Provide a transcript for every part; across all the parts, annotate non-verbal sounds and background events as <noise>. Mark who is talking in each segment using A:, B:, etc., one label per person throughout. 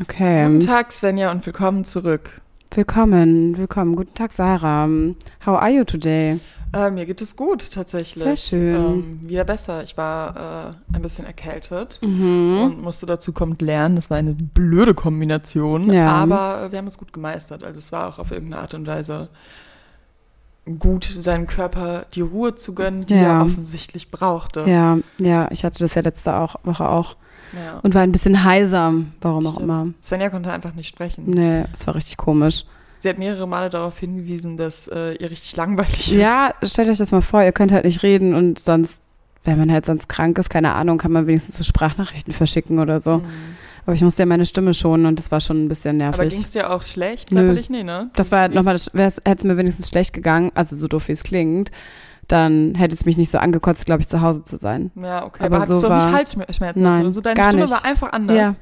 A: Okay. Ähm.
B: Guten Tag, Svenja, und willkommen zurück.
A: Willkommen, willkommen. Guten Tag, Sarah. How are you today?
B: Äh, mir geht es gut, tatsächlich.
A: Sehr schön.
B: Ähm, wieder besser. Ich war äh, ein bisschen erkältet
A: Mhm.
B: und musste dazu kommt lernen. Das war eine blöde Kombination,
A: Ja.
B: aber äh, wir haben es gut gemeistert. Also es war auch auf irgendeine Art und Weise gut, seinem Körper die Ruhe zu gönnen, die
A: Ja.
B: er offensichtlich brauchte.
A: Ja, ja, ich hatte das ja letzte auch, Woche auch
B: Ja.
A: und war ein bisschen heiser, warum auch
B: Stimmt.
A: immer.
B: Svenja konnte einfach nicht sprechen.
A: Nee, es war richtig komisch.
B: Sie hat mehrere Male darauf hingewiesen, dass äh, ihr richtig langweilig ist.
A: Ja, stellt euch das mal vor, ihr könnt halt nicht reden und sonst, wenn man halt sonst krank ist, keine Ahnung, kann man wenigstens so Sprachnachrichten verschicken oder so.
B: Mhm.
A: Aber ich musste ja meine Stimme schonen und das war schon ein bisschen
B: Aber
A: nervig.
B: ging es dir auch schlecht?
A: Nö.
B: Körperlich? Nee, ne?
A: das war nochmal, hätte es mir wenigstens schlecht gegangen, also so doof wie es klingt, dann hätte es mich nicht so angekotzt, glaube ich, zu Hause zu sein.
B: Ja, okay.
A: Aber
B: Aber,
A: so
B: hattest du auch
A: war-
B: nicht Halsschmerzen?
A: Nein,
B: oder so? Deine
A: gar
B: Stimme
A: nicht.
B: war einfach anders.
A: Ja.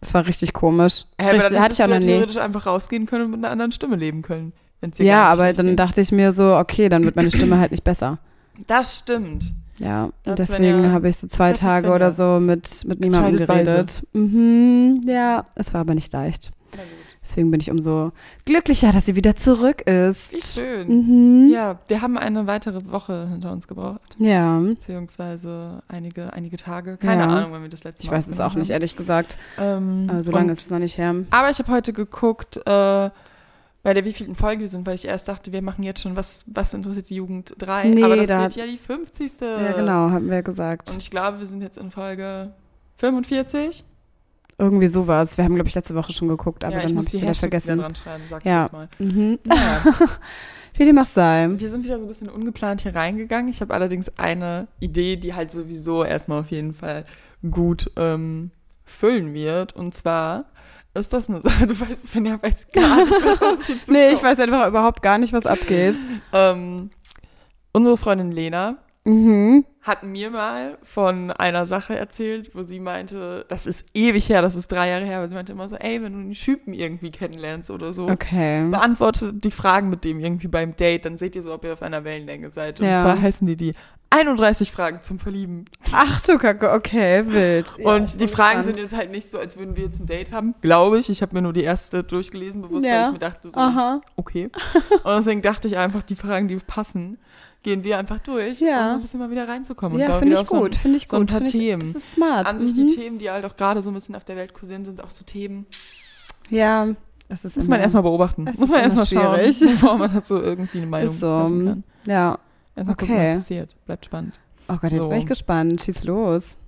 A: Das war richtig komisch.
B: Hä, aber
A: richtig,
B: dann
A: hatte ich
B: hättest
A: auch
B: du ja
A: noch nie.
B: theoretisch einfach rausgehen können und mit einer anderen Stimme leben können. wenn's dir
A: Ja,
B: gar nicht
A: aber
B: schlecht
A: dann
B: ging.
A: dachte ich mir so, okay, dann wird meine Stimme halt nicht besser.
B: Das stimmt.
A: Ja,
B: Ja,
A: und
B: das wär
A: deswegen
B: ja-
A: habe ich so zwei
B: das ist ja
A: Tage
B: Svenja.
A: oder so mit, mit niemandem
B: Entscheidet weise.
A: geredet. Mhm, ja, es war aber nicht leicht. Deswegen bin ich umso glücklicher, dass sie wieder zurück
B: Wie
A: ist.
B: schön.
A: Mhm. Ja.
B: Ja, wir haben eine weitere Woche hinter uns gebraucht.
A: ja,
B: Beziehungsweise einige, einige Tage. Keine
A: Ja.
B: Ahnung, wann wir das letzte
A: ich
B: Mal
A: weiß es auch nicht,
B: aufgenommen
A: ehrlich gesagt.
B: haben. Ähm,
A: Aber so lange
B: und-
A: ist es noch nicht her.
B: Aber ich habe heute geguckt, äh, bei der wievielten Folge wir sind, weil ich erst dachte, wir machen jetzt schon was, was interessiert die Jugend 3.
A: Nee,
B: aber das
A: da-
B: wird ja die 50.
A: Ja, genau, haben wir gesagt.
B: Und ich glaube, wir sind jetzt in Folge 45.
A: Irgendwie sowas. Wir haben, glaube ich, letzte Woche schon geguckt, aber
B: ja,
A: dann habe ich es wieder
B: Hashtags wieder
A: vergessen.
B: dran schreiben, sag
A: Ja.
B: ich jetzt mal.
A: Mhm.
B: Naja.
A: Wie dem auch sei.
B: Wir sind wieder so ein bisschen ungeplant hier reingegangen. Ich habe allerdings eine Idee, die halt sowieso erstmal auf jeden Fall gut ähm, füllen wird. Und zwar ist das eine <laughs> Sache, du weißt, Svenja weiß gar nicht, was auf sie
A: <laughs>
B: zukommt.
A: Nee, ich weiß einfach überhaupt gar nicht, was abgeht.
B: Ähm, unsere Freundin Lena
A: Mhm.
B: hat mir mal von einer Sache erzählt, wo sie meinte, das ist ewig her, das ist drei Jahre her, aber sie meinte immer so, ey, wenn du einen Typen irgendwie kennenlernst oder so,
A: Okay.
B: beantwortet die Fragen mit dem irgendwie beim Date, dann seht ihr so, ob ihr auf einer Wellenlänge seid. Und
A: Ja.
B: zwar heißen die die 31 Fragen zum Verlieben.
A: Ach du Kacke, okay, wild. Ja, ich
B: und die
A: bin
B: Fragen
A: gespannt.
B: sind jetzt halt nicht so, als würden wir jetzt ein Date haben, glaube ich. Ich habe mir nur die erste durchgelesen, bewusst,
A: Ja.
B: weil ich mir dachte, so,
A: Aha.
B: okay. Und deswegen dachte ich einfach, die Fragen, die passen, gehen wir einfach durch,
A: Ja.
B: um so ein bisschen mal wieder reinzukommen. und
A: Ja,
B: da
A: finde
B: wieder
A: ich
B: auf
A: gut, finde ich
B: so ein
A: gut.
B: paar
A: finde ich,
B: Themen.
A: Das ist
B: So
A: smart.
B: einen, an sich
A: mhm.
B: die Themen, die halt auch gerade so ein bisschen auf der Welt kursieren, sind auch so Themen.
A: Ja, das ist
B: Muss man
A: immer-
B: erstmal beobachten.
A: Mhm. Es
B: Muss
A: ist
B: man
A: immer
B: erstmal schauen,
A: schwierig.
B: <laughs> bevor man dazu irgendwie eine Meinung
A: Ist so.
B: fassen kann.
A: Ja.
B: Erstmal gucken,
A: Okay.
B: was passiert. Bleibt spannend.
A: Oh Gott, jetzt
B: So.
A: bin ich gespannt. Schieß los.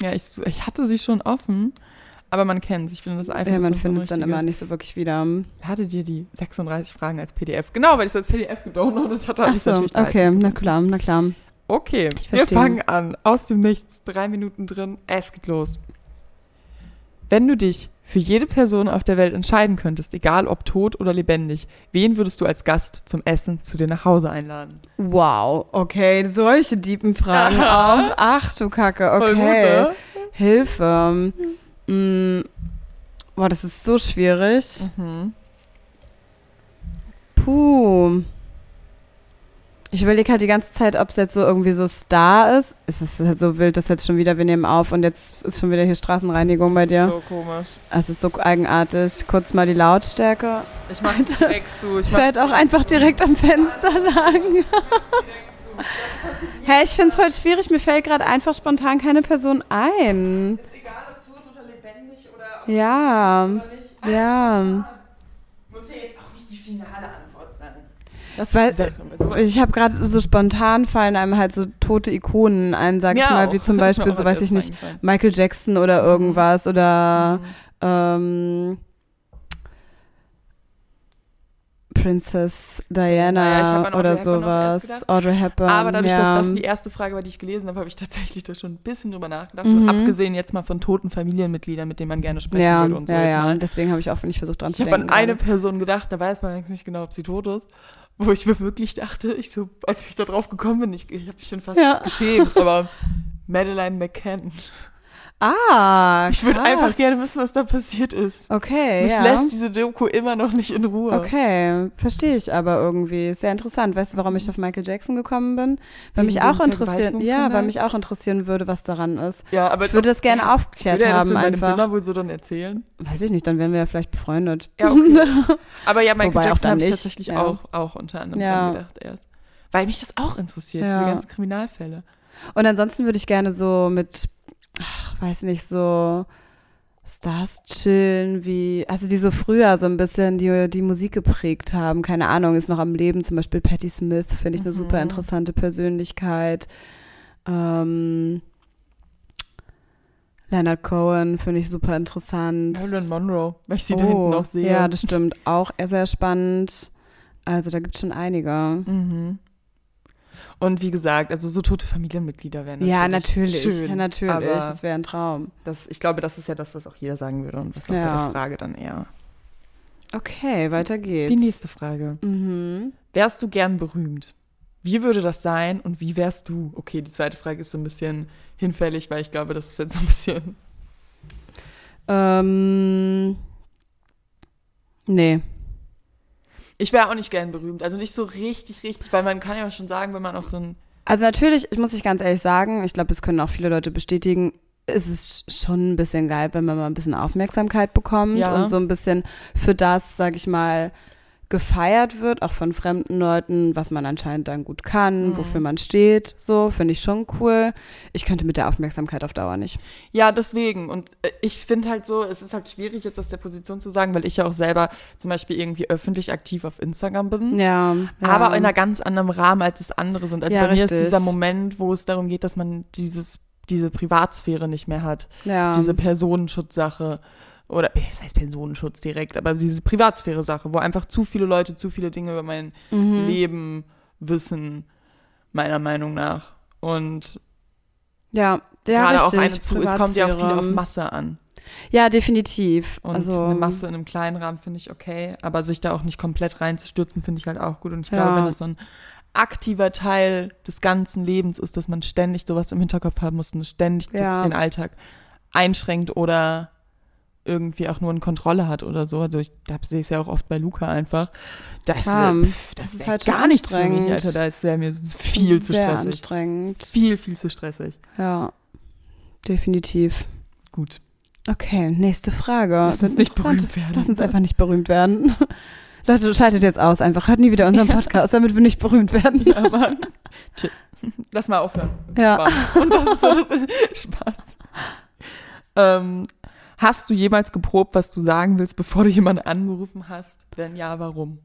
B: Ja, ich, ich hatte sie schon offen, aber man kennt Ich finde das iPhone
A: Ja, man
B: ist so
A: findet es
B: ein
A: dann immer
B: richtiges-
A: nicht so wirklich wieder.
B: Lade dir die 36 Fragen als PDF. Genau, weil ich es als PDF gedownloadet hatte.
A: Ach
B: habe ich es
A: so,
B: natürlich da
A: okay,
B: als-
A: na klar, na klar.
B: Okay,
A: Ich
B: wir
A: verstehe.
B: fangen an. Aus dem Nichts, drei Minuten drin. Es geht los. Wenn du dich für jede Person auf der Welt entscheiden könntest, egal ob tot oder lebendig, wen würdest du als Gast zum Essen zu dir nach Hause einladen?
A: Wow, okay, solche diepen
B: <laughs>
A: Fragen auf. Ach du Kacke,
B: Voll gut,
A: okay.
B: ne?
A: Hilfe. Mm. Boah, das ist so schwierig.
B: mhm.
A: Puh. Ich überlege halt die ganze Zeit, ob es jetzt so irgendwie so Star ist. Es ist halt so wild, dass jetzt schon wieder, wir nehmen auf und jetzt ist schon wieder hier Straßenreinigung bei dir.
B: So komisch.
A: Es ist so eigenartig. Kurz mal die Lautstärke. <laughs>
B: Ich mach es direkt zu. Ich mach's
A: Fällt auch einfach direkt am Fenster
B: <laughs>
A: lang. Hä, ich find's voll schwierig. Mir fällt gerade einfach spontan keine Person ein.
B: Ist egal, ob tot oder lebendig oder ob
A: Ja,
B: oder nicht.
A: ja.
B: Muss ja jetzt auch nicht die finale Antwort sein. Das
A: Weil-
B: ist die Sache. So
A: Ich habe gerade so spontan fallen einem halt so tote Ikonen ein, sag ich mal, wie
B: <laughs>
A: zum Beispiel, so weiß ich nicht, Ah. Michael Jackson oder irgendwas oder
B: Mhm.
A: ähm, Princess
B: Naja, ich
A: Diana
B: hab an Audrey
A: oder
B: Hepburn auch erst
A: sowas.
B: gedacht.
A: Audrey Hepburn.
B: Aber dadurch,
A: Ähm, ja.
B: dass das die erste Frage war, die ich gelesen habe, habe ich tatsächlich da schon ein bisschen drüber nachgedacht. Und
A: Mhm.
B: abgesehen jetzt mal von toten Familienmitgliedern, mit denen man gerne sprechen
A: ja,
B: würde und so
A: ja,
B: jetzt
A: ja.
B: mal.
A: Deswegen habe ich auch nicht versucht dran
B: Ich
A: zu
B: habe
A: denken.
B: an eine
A: gerade.
B: Person gedacht, da weiß man allerdings nicht genau, ob sie tot ist, wo ich mir wirklich dachte, ich so, als ich da drauf gekommen bin, ich, ich habe mich schon fast
A: Ja.
B: geschämt, aber Madeleine McCann.
A: Ah,
B: Ich würde
A: krass.
B: einfach gerne wissen, was da passiert ist.
A: Okay,
B: Mich
A: ja.
B: lässt diese Doku immer noch nicht in Ruhe.
A: Okay, verstehe ich aber irgendwie. Ist Sehr interessant. Weißt du, warum ich auf Michael Jackson gekommen bin? Weil
B: Wegen
A: mich
B: dem
A: auch interessieren, ja,
B: Vergewaltigungsskandal?
A: weil mich auch interessieren würde, was daran ist.
B: Ja, aber
A: Ich würde das gerne aufgeklärt
B: würde er das in
A: haben
B: meinem
A: einfach.
B: Dinner wohl so dann erzählen?
A: Weiß ich nicht, dann wären wir ja vielleicht befreundet. <laughs>
B: Ja, okay. Aber ja, Michael
A: Wobei, auch
B: Jackson
A: dann
B: habe ich
A: nicht,
B: tatsächlich
A: ja.
B: auch, auch unter anderem
A: Ja.
B: dran gedacht erst. Weil mich das auch interessiert,
A: Ja.
B: diese ganzen Kriminalfälle.
A: Und ansonsten würde ich gerne so mit, ach, weiß nicht, so Stars chillen, wie, also die so früher so ein bisschen die, die Musik geprägt haben. Keine Ahnung, ist noch am Leben. Zum Beispiel Patti Smith, finde ich eine
B: Mhm.
A: super interessante Persönlichkeit. Ähm, Leonard Cohen finde ich super interessant.
B: Marilyn Monroe, weil ich sie da hinten noch sehe.
A: Oh, Ja, das stimmt. Auch sehr spannend. Also da gibt es schon einige.
B: mhm. Und wie gesagt, also so tote Familienmitglieder wären natürlich
A: ja, natürlich.
B: schön.
A: ja, natürlich.
B: aber-
A: Das wäre ein Traum.
B: Das, ich glaube, das ist ja das, was auch jeder sagen würde und was auch
A: Ja.
B: bei der Frage dann eher.
A: Okay, weiter geht's.
B: Die nächste Frage.
A: Mhm.
B: Wärst du gern berühmt? Wie würde das sein und wie wärst du? Okay, die zweite Frage ist so ein bisschen hinfällig, weil ich glaube, das ist jetzt so ein bisschen.
A: Ähm, nee.
B: Ich wäre auch nicht gern berühmt. Also nicht so richtig, richtig, weil man kann ja schon sagen, wenn man auch so ein.
A: Also natürlich, ich muss ich ganz ehrlich sagen, ich glaube, das können auch viele Leute bestätigen, es ist schon ein bisschen geil, wenn man mal ein bisschen Aufmerksamkeit bekommt
B: Ja.
A: und so ein bisschen für das, sag ich mal, gefeiert wird, auch von fremden Leuten, was man anscheinend dann gut kann,
B: Mhm.
A: wofür man steht, so, finde ich schon cool. Ich könnte mit der Aufmerksamkeit auf Dauer nicht.
B: Ja, deswegen. Und äh, ich finde halt so, es ist halt schwierig, jetzt aus der Position zu sagen, weil ich ja auch selber zum Beispiel irgendwie öffentlich aktiv auf Instagram bin.
A: Ja. ja.
B: Mhm. Aber in einer ganz anderen Rahmen, als es andere sind. Als
A: Ja,
B: bei mir
A: richtig.
B: ist dieser Moment, wo es darum geht, dass man dieses, diese Privatsphäre nicht mehr hat.
A: ja.
B: diese Personenschutzsache oder äh, das heißt Personenschutz direkt, aber diese Privatsphäre-Sache, wo einfach zu viele Leute zu viele Dinge über mein
A: mhm.
B: Leben wissen, meiner Meinung nach. Und
A: Ja, ja,
B: gerade auch
A: richtig.
B: eine zu, es kommt ja auch viel
A: Privatsphäre.
B: auf Masse an.
A: Ja, definitiv.
B: Und
A: also,
B: eine Masse in einem kleinen Rahmen finde ich okay, aber sich da auch nicht komplett reinzustürzen, finde ich halt auch gut. Und ich glaube,
A: Ja.
B: wenn das so ein aktiver Teil des ganzen Lebens ist, dass man ständig sowas im Hinterkopf haben muss und ständig
A: Ja.
B: das, den Alltag einschränkt oder irgendwie auch nur in Kontrolle hat oder so. Also ich sehe es ja auch oft bei Luca einfach. Das,
A: Klar,
B: wär- pff, das,
A: das ist
B: ist
A: halt
B: halt
A: schon
B: gar nichts für mich,
A: anstrengend.
B: Alter. Da ist ja mir viel zu
A: sehr
B: stressig.
A: anstrengend.
B: Viel, viel zu stressig.
A: Ja, definitiv.
B: Gut.
A: Okay, nächste Frage.
B: Lass uns nicht
A: Interessante-
B: berühmt werden.
A: Lass uns einfach nicht berühmt werden. <laughs> Leute, schaltet jetzt aus einfach. Hört nie wieder unseren Podcast, damit wir nicht berühmt werden.
B: Ja, Mann. <laughs> Tschüss. Lass mal aufhören.
A: Ja.
B: Und das ist so das <laughs> Spaß. Ähm, hast du jemals geprobt, was du sagen willst, bevor du jemanden angerufen hast? Wenn ja, warum?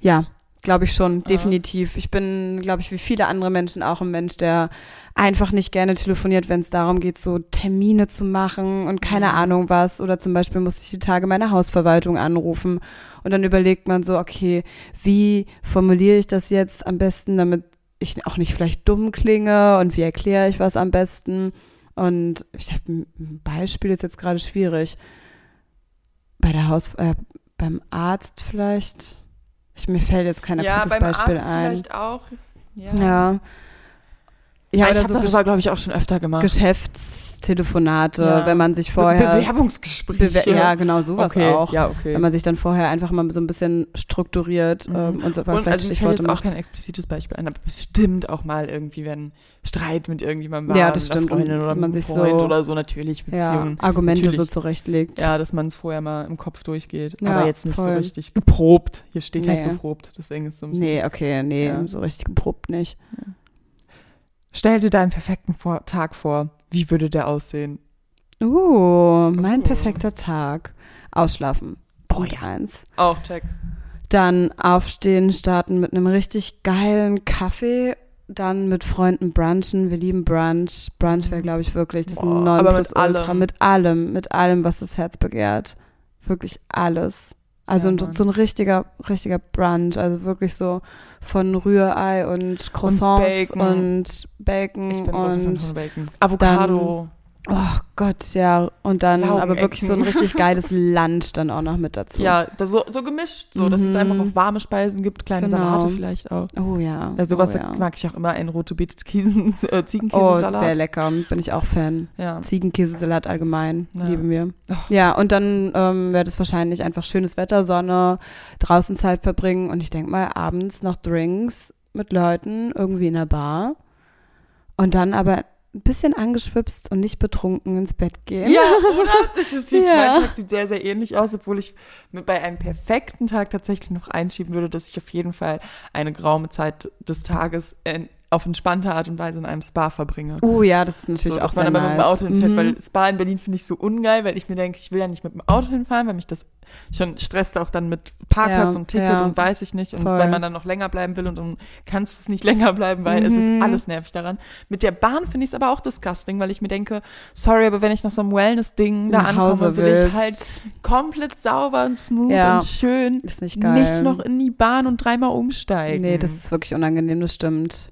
A: Ja, glaube ich schon, definitiv. Ich bin, glaube ich, wie viele andere Menschen auch ein Mensch, der einfach nicht gerne telefoniert, wenn es darum geht, so Termine zu machen und keine Ahnung was. Oder zum Beispiel musste ich die Tage meine Hausverwaltung anrufen und dann überlegt man so, okay, wie formuliere ich das jetzt am besten, damit ich auch nicht vielleicht dumm klinge und wie erkläre ich was am besten? Und ich habe ein Beispiel ist jetzt gerade schwierig. Bei der Haus, äh, beim Arzt vielleicht. Ich, mir fällt jetzt kein
B: ja,
A: akutes
B: beim
A: Beispiel
B: Arzt
A: ein.
B: vielleicht auch. Ja.
A: Ja. Ja,
B: Ja, ich
A: oder
B: habe
A: so
B: das
A: Gesch
B: aber, glaube ich, auch schon öfter gemacht.
A: Geschäftstelefonate,
B: Ja.
A: wenn man sich
B: Be-
A: vorher.
B: Bewerbungsgespräche.
A: Bewer- ja, genau, sowas
B: okay.
A: auch.
B: Ja, okay.
A: Wenn man sich dann vorher einfach mal so ein bisschen strukturiert
B: Mhm.
A: ähm, und so
B: und
A: vielleicht
B: also mir fällt
A: Stichworte
B: jetzt auch
A: macht.
B: kein explizites Beispiel ein, aber bestimmt auch mal irgendwie, wenn Streit mit irgendjemandem war,
A: Ja, das
B: mit einer
A: stimmt, und
B: Freundin oder
A: man
B: mit einem
A: sich so-
B: Freund oder so, natürlich,
A: Ja,
B: Beziehungen.
A: Argumente so
B: Natürlich.
A: zurechtlegt.
B: Ja, dass man es vorher mal im Kopf durchgeht.
A: Ja,
B: aber jetzt nicht
A: voll.
B: so richtig geprobt. Hier steht
A: Nee.
B: halt geprobt, deswegen ist es so ein bisschen.
A: Nee, okay, nee,
B: Ja.
A: so richtig geprobt nicht.
B: Stell dir deinen perfekten vor Tag vor. Wie würde der aussehen?
A: Uh, mein
B: Uh.
A: perfekter Tag. Ausschlafen.
B: Boah,
A: Punkt
B: ja.
A: eins.
B: Auch check.
A: Dann aufstehen, starten mit einem richtig geilen Kaffee. Dann mit Freunden brunchen. Wir lieben Brunch. Brunch wäre, glaube ich, wirklich das
B: Mhm. Boah,
A: Non
B: aber mit
A: plus Ultra.
B: allem.
A: Mit allem, mit allem, was das Herz begehrt. Wirklich alles. Also
B: Ja,
A: ein-
B: Mann.
A: so ein richtiger, richtiger Brunch. Also wirklich so von Rührei und Croissants und
B: Bacon.
A: Bacon und,
B: Ich bin großer Fan von Bacon. Avocado.
A: Oh Gott, ja. Und dann aber wirklich so ein
B: Laugenecken.
A: richtig
B: <laughs>
A: geiles Lunch dann auch noch mit dazu.
B: Ja, da so, so gemischt, so, dass es
A: Mhm.
B: einfach auch warme Speisen gibt, kleine
A: Genau.
B: Salate vielleicht auch.
A: Oh ja.
B: Ja, sowas
A: oh, ja.
B: mag ich auch immer, einen rote Beetskiesen, äh,
A: Oh,
B: Ziegenkäsesalat.
A: sehr lecker. Bin ich auch Fan.
B: ja.
A: Ziegenkäsesalat allgemein.
B: Ja. Oh.
A: Lieben wir. Ja, und dann ähm, wird es wahrscheinlich einfach schönes Wetter, Sonne, draußen Zeit verbringen und ich denke mal abends noch Drinks mit Leuten irgendwie in der Bar und dann aber ein bisschen angeschwipst und nicht betrunken ins Bett gehen.
B: Ja, oder? Das, das sieht,
A: Ja.
B: Mein Tag sieht sehr, sehr ähnlich aus, obwohl ich mit, bei einem perfekten Tag tatsächlich noch einschieben würde, dass ich auf jeden Fall eine graue Zeit des Tages in, auf entspannte Art und Weise in einem Spa verbringe.
A: Oh ja, das ist natürlich
B: so,
A: auch
B: dass
A: sehr
B: man aber
A: nice.
B: mit dem Auto hinfährt,
A: Mhm.
B: weil Spa in Berlin finde ich so ungeil, weil ich mir denke, ich will ja nicht mit dem Auto hinfahren, weil mich das schon stresst, auch dann mit Parkplatz
A: Ja,
B: und Ticket
A: ja.
B: und weiß ich nicht. Und
A: Voll.
B: weil man dann noch länger bleiben will und dann kannst du es nicht <laughs> länger bleiben, weil es ist
A: Mhm.
B: alles nervig daran. Mit der Bahn finde ich es aber auch disgusting, weil ich mir denke, sorry, aber wenn ich nach so einem Wellness-Ding da
A: nach
B: ankomme,
A: Hause
B: will
A: willst.
B: ich halt komplett sauber und smooth
A: Ja.
B: und schön
A: ist nicht geil.
B: nicht noch in die Bahn und dreimal umsteigen.
A: Nee, das ist wirklich unangenehm, das stimmt.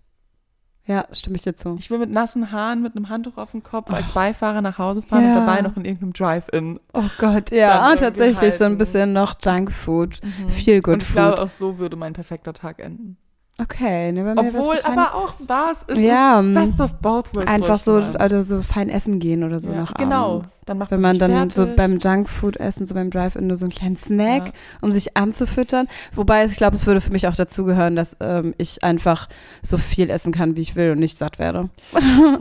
A: Ja, stimme ich dir zu.
B: Ich will mit nassen Haaren, mit einem Handtuch auf dem Kopf als
A: Oh.
B: Beifahrer nach Hause fahren und
A: Ja.
B: dabei noch in irgendeinem Drive-In.
A: Oh Gott,
B: Dann
A: ja,
B: irgendwie
A: tatsächlich so
B: halten.
A: ein bisschen noch Junkfood, viel Good
B: Mhm. Und ich glaube,
A: Food.
B: auch so würde mein perfekter Tag enden.
A: Okay, ne, bei mir wär's
B: Obwohl,
A: wahrscheinlich-
B: aber auch Bars ist
A: ja,
B: das
A: mm,
B: Best of both worlds.
A: einfach so,
B: wollte ich mal.
A: also so fein essen gehen oder so
B: Ja,
A: nach
B: Genau,
A: abends.
B: dann macht
A: Wenn man
B: sich
A: dann so
B: fertig.
A: beim Junkfood essen, so beim Drive-In nur so einen kleinen Snack,
B: Ja.
A: um sich anzufüttern. Wobei ich glaube, es würde für mich auch dazugehören, dass ähm, ich einfach so viel essen kann, wie ich will und nicht satt werde.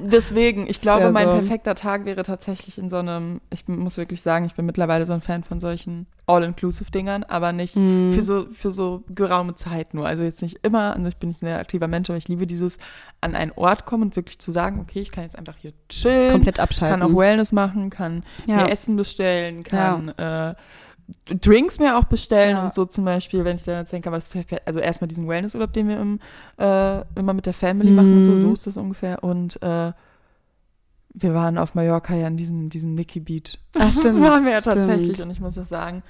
B: Deswegen, ich
A: Das
B: glaube,
A: wär
B: mein
A: so.
B: perfekter Tag wäre tatsächlich in so einem, ich muss wirklich sagen, ich bin mittlerweile so ein Fan von solchen All-Inclusive-Dingern, aber nicht
A: Mm.
B: für so, für so geraume Zeit nur. Also jetzt nicht immer, an sich bin ich ein sehr aktiver Mensch, aber ich liebe dieses an einen Ort kommen und wirklich zu sagen, okay, ich kann jetzt einfach hier chillen,
A: Komplett
B: kann
A: abschalten.
B: auch Wellness machen, kann
A: ja.
B: mir Essen bestellen, kann äh, Drinks mir auch bestellen
A: Ja.
B: und so zum Beispiel, wenn ich dann jetzt denke, aber das verfährt- also erstmal diesen Wellnessurlaub, den wir im, äh, immer mit der Family machen und so,
A: Mhm.
B: so ist das ungefähr. Und äh, wir waren auf Mallorca ja in diesem, diesem Nicky Beach. <laughs>
A: Ach, stimmt,
B: Mhm. waren wir ja
A: stimmt.
B: tatsächlich und ich muss auch sagen,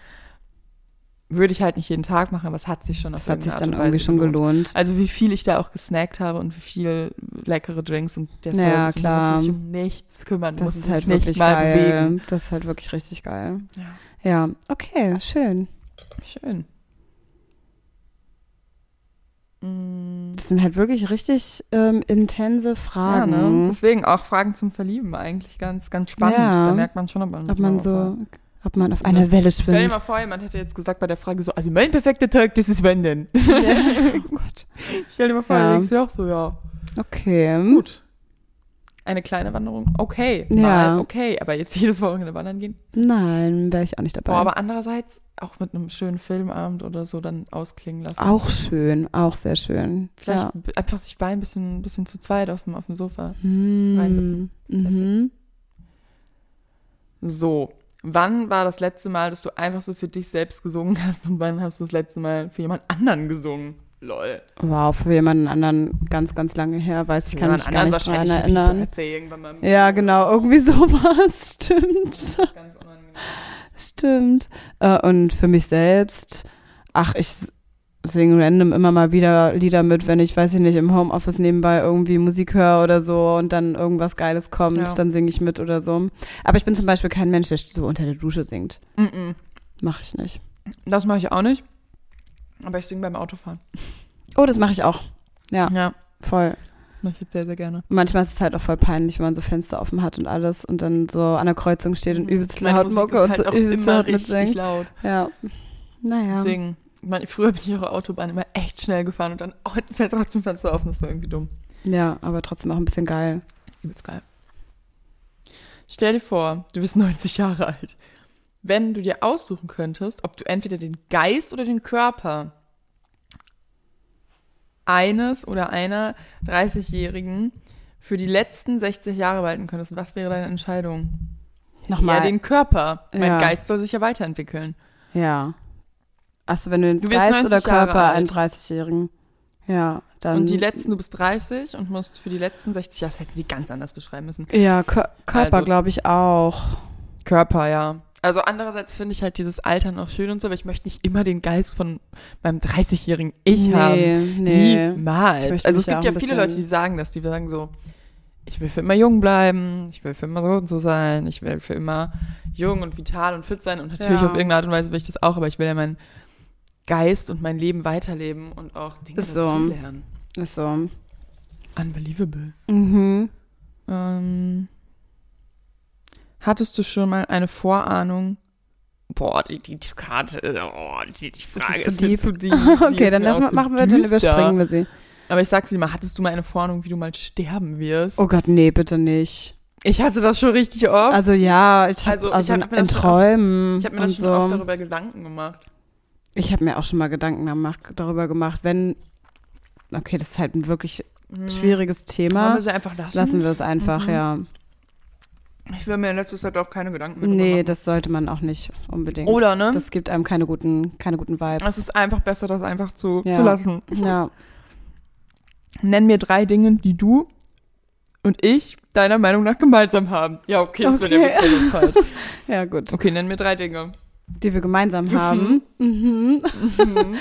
B: würde ich halt nicht jeden Tag machen, aber es hat sich schon auf
A: das hat sich dann
B: irgendeine Art
A: irgendwie
B: und Weise
A: schon gelohnt.
B: Also wie viel ich da auch gesnackt habe und wie viel leckere Drinks und der
A: Ja,
B: Service, man
A: klar.
B: muss sich um nichts kümmern,
A: Das
B: muss
A: ist
B: sich
A: halt
B: nicht
A: wirklich
B: mal
A: geil.
B: bewegen.
A: Das ist halt wirklich richtig geil.
B: Ja.
A: Ja, okay, schön.
B: Schön. Mm,
A: Das sind halt wirklich richtig ähm, intense
B: Ja,
A: Fragen.
B: ne? Deswegen auch Fragen zum Verlieben eigentlich ganz, ganz spannend.
A: Ja.
B: Da merkt man schon, ob man,
A: Ob man
B: drauf
A: so, ob man auf
B: Das-
A: einer Welle
B: war. äh, Stell dir
A: schwimmt.
B: mal vor, jemand hätte jetzt gesagt bei der Frage so, also mein perfekter Tag, das ist wenn denn.
A: <laughs>
B: <laughs>
A: oh Gott.
B: Stell dir mal vor,
A: Ja.
B: du denkst dir auch so, ja,
A: Okay.
B: gut. Eine kleine Wanderung, okay.
A: Ja.
B: Mal, okay. Aber jetzt <laughs> jedes Wochenende wandern gehen.
A: Nein, wäre ich auch nicht dabei.
B: Boah, aber andererseits auch mit einem schönen Filmabend oder so dann ausklingen lassen.
A: auch schön, auch sehr schön.
B: Vielleicht
A: Ja.
B: b- einfach sich beiden ein bisschen, bisschen zu zweit auf dem, auf dem Sofa.
A: Hm.
B: reinsippen.
A: Mhm.
B: So, wann war das letzte Mal, dass du einfach so für dich selbst gesungen hast und wann hast du das letzte Mal für jemand anderen gesungen? Lol.
A: Wow, für jemanden anderen ganz, ganz lange her, weiß ich, kann mich gar nicht dran erinnern.
B: Irgendwann mal im
A: Ja,
B: Leben
A: genau,
B: oder
A: irgendwie <laughs> sowas. Stimmt.
B: so. Ganz unangenehm.
A: Stimmt. Äh, und für mich selbst, ach, ich s- singe random immer mal wieder Lieder mit, wenn ich, weiß ich nicht, im Homeoffice nebenbei irgendwie Musik höre oder so und dann irgendwas Geiles kommt,
B: Ja.
A: dann singe ich mit oder so. Aber ich bin zum Beispiel kein Mensch, der so unter der Dusche singt.
B: Mm-mm.
A: Mache ich nicht.
B: Das mache ich auch nicht. Aber ich singe beim Autofahren.
A: Oh, das mache ich auch. Ja,
B: ja.
A: voll.
B: Das mache ich jetzt sehr, sehr gerne.
A: Manchmal ist es halt auch voll peinlich, wenn man so Fenster offen hat und alles und dann so an der Kreuzung steht und übelst
B: Mhm. Meine
A: laut
B: Musik
A: Mucke
B: ist
A: und
B: halt
A: so
B: auch
A: übelst
B: immer
A: laut
B: richtig
A: mitsingt.
B: laut.
A: Ja. Naja.
B: Deswegen, ich meine, früher bin ich ihre Autobahn immer echt schnell gefahren und dann <laughs> oh, fällt trotzdem Fenster offen. Das war irgendwie dumm.
A: Ja, aber trotzdem auch ein bisschen geil.
B: Übelst geil. Stell dir vor, du bist <laughs> 90 Jahre alt. Wenn du dir aussuchen könntest, ob du entweder den Geist oder den Körper eines oder einer 30-Jährigen für die letzten 60 Jahre behalten könntest, was wäre deine Entscheidung?
A: Nochmal.
B: Ja, den Körper. Mein
A: Ja.
B: Geist soll sich ja weiterentwickeln.
A: Ja. Achso, wenn du den
B: Du wirst
A: Geist
B: 90
A: oder
B: Jahre
A: Körper
B: alt.
A: einen 30-Jährigen. Ja, dann.
B: und die letzten, du bist 30 und musst für die letzten 60 Jahre, das hätten sie ganz anders beschreiben müssen.
A: Ja, Kör Körper
B: Also-
A: glaube ich auch.
B: Körper, ja. Also andererseits finde ich halt dieses Altern auch schön und so, aber ich möchte nicht immer den Geist von meinem 30-jährigen Ich haben.
A: nee, nee.
B: Niemals.
A: Ich möchte
B: also
A: mich ja
B: es gibt
A: auch
B: ja
A: ein
B: viele
A: bisschen-
B: Leute, die sagen das, die sagen so, ich will für immer jung bleiben, ich will für immer so und so sein, ich will für immer jung und vital und fit sein und natürlich
A: Ja.
B: auf irgendeine Art und Weise will ich das auch, aber ich will ja meinen Geist und mein Leben weiterleben und auch Dinge
A: Ist so.
B: dazulernen.
A: Ist so.
B: Unbelievable.
A: Mhm.
B: Ähm, hattest du schon mal eine Vorahnung? Boah, die, die Karte, oh, die, die Frage
A: zu
B: ist, mir <laughs>
A: deep?
B: zu deep. Die
A: <laughs> Okay,
B: ist
A: dann
B: mir auch
A: machen
B: zu
A: machen wir, dann
B: düster.
A: überspringen wir sie.
B: Aber ich sag's dir mal, hattest du mal eine Vorahnung, wie du mal sterben wirst?
A: Oh Gott, nee, bitte nicht.
B: Ich hatte das schon richtig oft.
A: Also ja, ich habe
B: Also,
A: also,
B: ich hab mir das
A: in
B: schon oft-
A: Träumen
B: ich habe mir
A: und
B: das schon
A: so.
B: oft darüber Gedanken gemacht.
A: Ich habe mir auch schon mal Gedanken gemacht- darüber gemacht, wenn okay, das ist halt ein wirklich
B: Hm.
A: schwieriges
B: Wollen
A: Thema.
B: wir sie einfach lassen?
A: Lassen wir es einfach,
B: Mhm.
A: ja.
B: Ich will mir in letzter Zeit auch keine Gedanken mehr
A: Nee,
B: nee,
A: das sollte man auch nicht unbedingt.
B: Oder, ne?
A: Das gibt einem keine guten, keine guten Vibes.
B: Es ist einfach besser, das einfach zu,
A: Ja.
B: zu lassen.
A: ja.
B: Nenn mir drei Dinge, die du und ich deiner Meinung nach gemeinsam haben. Ja, okay, das wird ja
A: Okay.
B: wirklich
A: <laughs>
B: jetzt halt.
A: ja, gut.
B: Okay, nenn mir drei Dinge.
A: Die wir gemeinsam haben. Mhm.
B: Mhm.